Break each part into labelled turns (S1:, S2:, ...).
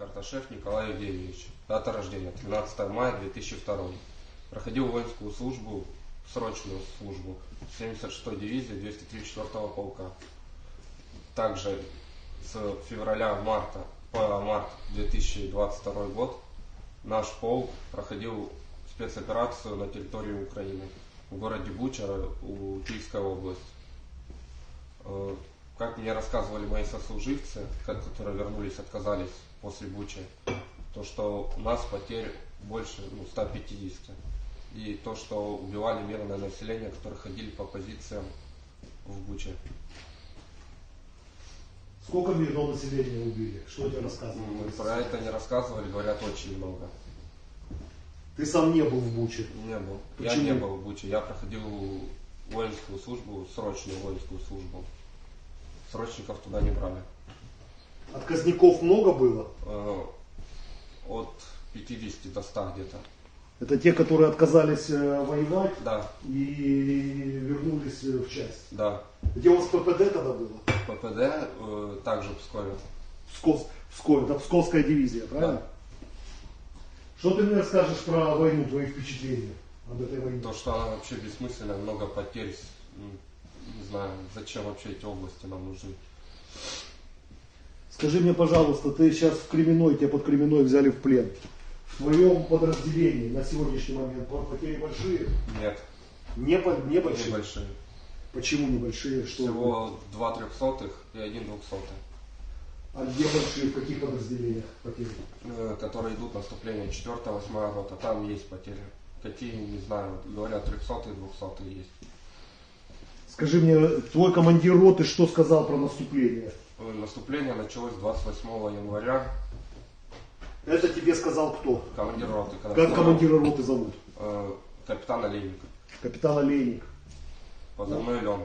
S1: Карташев Николай Евгеньевич. Дата рождения 13 мая 2002. Проходил воинскую службу, срочную службу 76-й дивизии 234-го полка. Также с февраля марта по март 2022 год наш полк проходил спецоперацию на территории Украины в городе Буча, у Киевской области. Э, Как мне рассказывали мои сослуживцы, ко- которые вернулись, отказались после Бучи, то, что у нас потерь больше ну, 150. И то, что убивали мирное население, которые ходили по позициям в Буче.
S2: Сколько мирного населения убили? Что тебе
S1: М,
S2: рассказывали?
S1: Ну, Про это не рассказывали, говорят очень много.
S2: Ты сам не был в Буче.
S1: Не был.
S2: Почему?
S1: Я не был в Буче. Я проходил воинскую службу, срочную воинскую службу. Срочников туда не брали.
S2: Отказников много было?
S1: Э, От 50 до 100 где-то.
S2: Это те, которые отказались э, воевать
S1: Да,
S2: и вернулись э, в часть.
S1: да.
S2: Где у вас ППД тогда было?
S1: ППД э, также в Пскове.
S2: Псков, Псков, это Псковская дивизия, правильно?
S1: Да.
S2: Что ты мне расскажешь про войну, твои впечатления об этой войне?
S1: То, что она вообще бессмысленная, много потерь. М, Не знаю, зачем вообще эти области нам нужны.
S2: Скажи мне, пожалуйста, ты сейчас в Кременной, тебя под Кременной взяли в плен. В твоем подразделении на сегодняшний момент потери большие?
S1: Нет,
S2: Не, по- не большие.
S1: небольшие.
S2: Почему небольшие? Что?
S1: Всего два трехсотых и один двухсотый,
S2: А где большие, в каких подразделениях потери?
S1: э, которые идут наступление 4 8 рота. Там есть потери. Какие, не знаю, вот говорят, 300 и 200 есть.
S2: Скажи мне, твой командир роты что сказал про наступление?
S1: Э, Наступление началось 28 января.
S2: Это тебе сказал кто?
S1: Командир роты. когда
S2: Как
S1: сказал,
S2: командира роты зовут?
S1: э, Капитан Олейник.
S2: Капитан Олейник.
S1: Позывной Лен.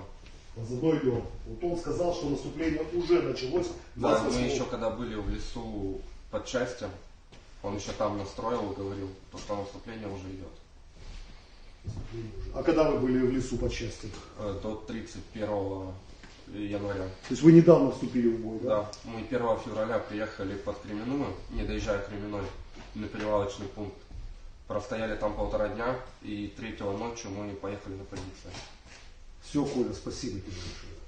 S2: Позывной Лён. Вот А он сказал, что наступление уже началось.
S1: Да, мы
S2: 28.
S1: еще когда были в лесу под частью, он еще там настроил и говорил, то, что наступление уже идет.
S2: А когда вы были в лесу под счастьем?
S1: Э, До 31 января.
S2: То есть вы недавно вступили в бой, да?
S1: Да, мы 1 февраля приехали под Кременную, не доезжая Кременной, на перевалочный пункт. Простояли там полтора дня, и 3 ночью мы поехали на позиции.
S2: Все, Коля, спасибо тебе большое.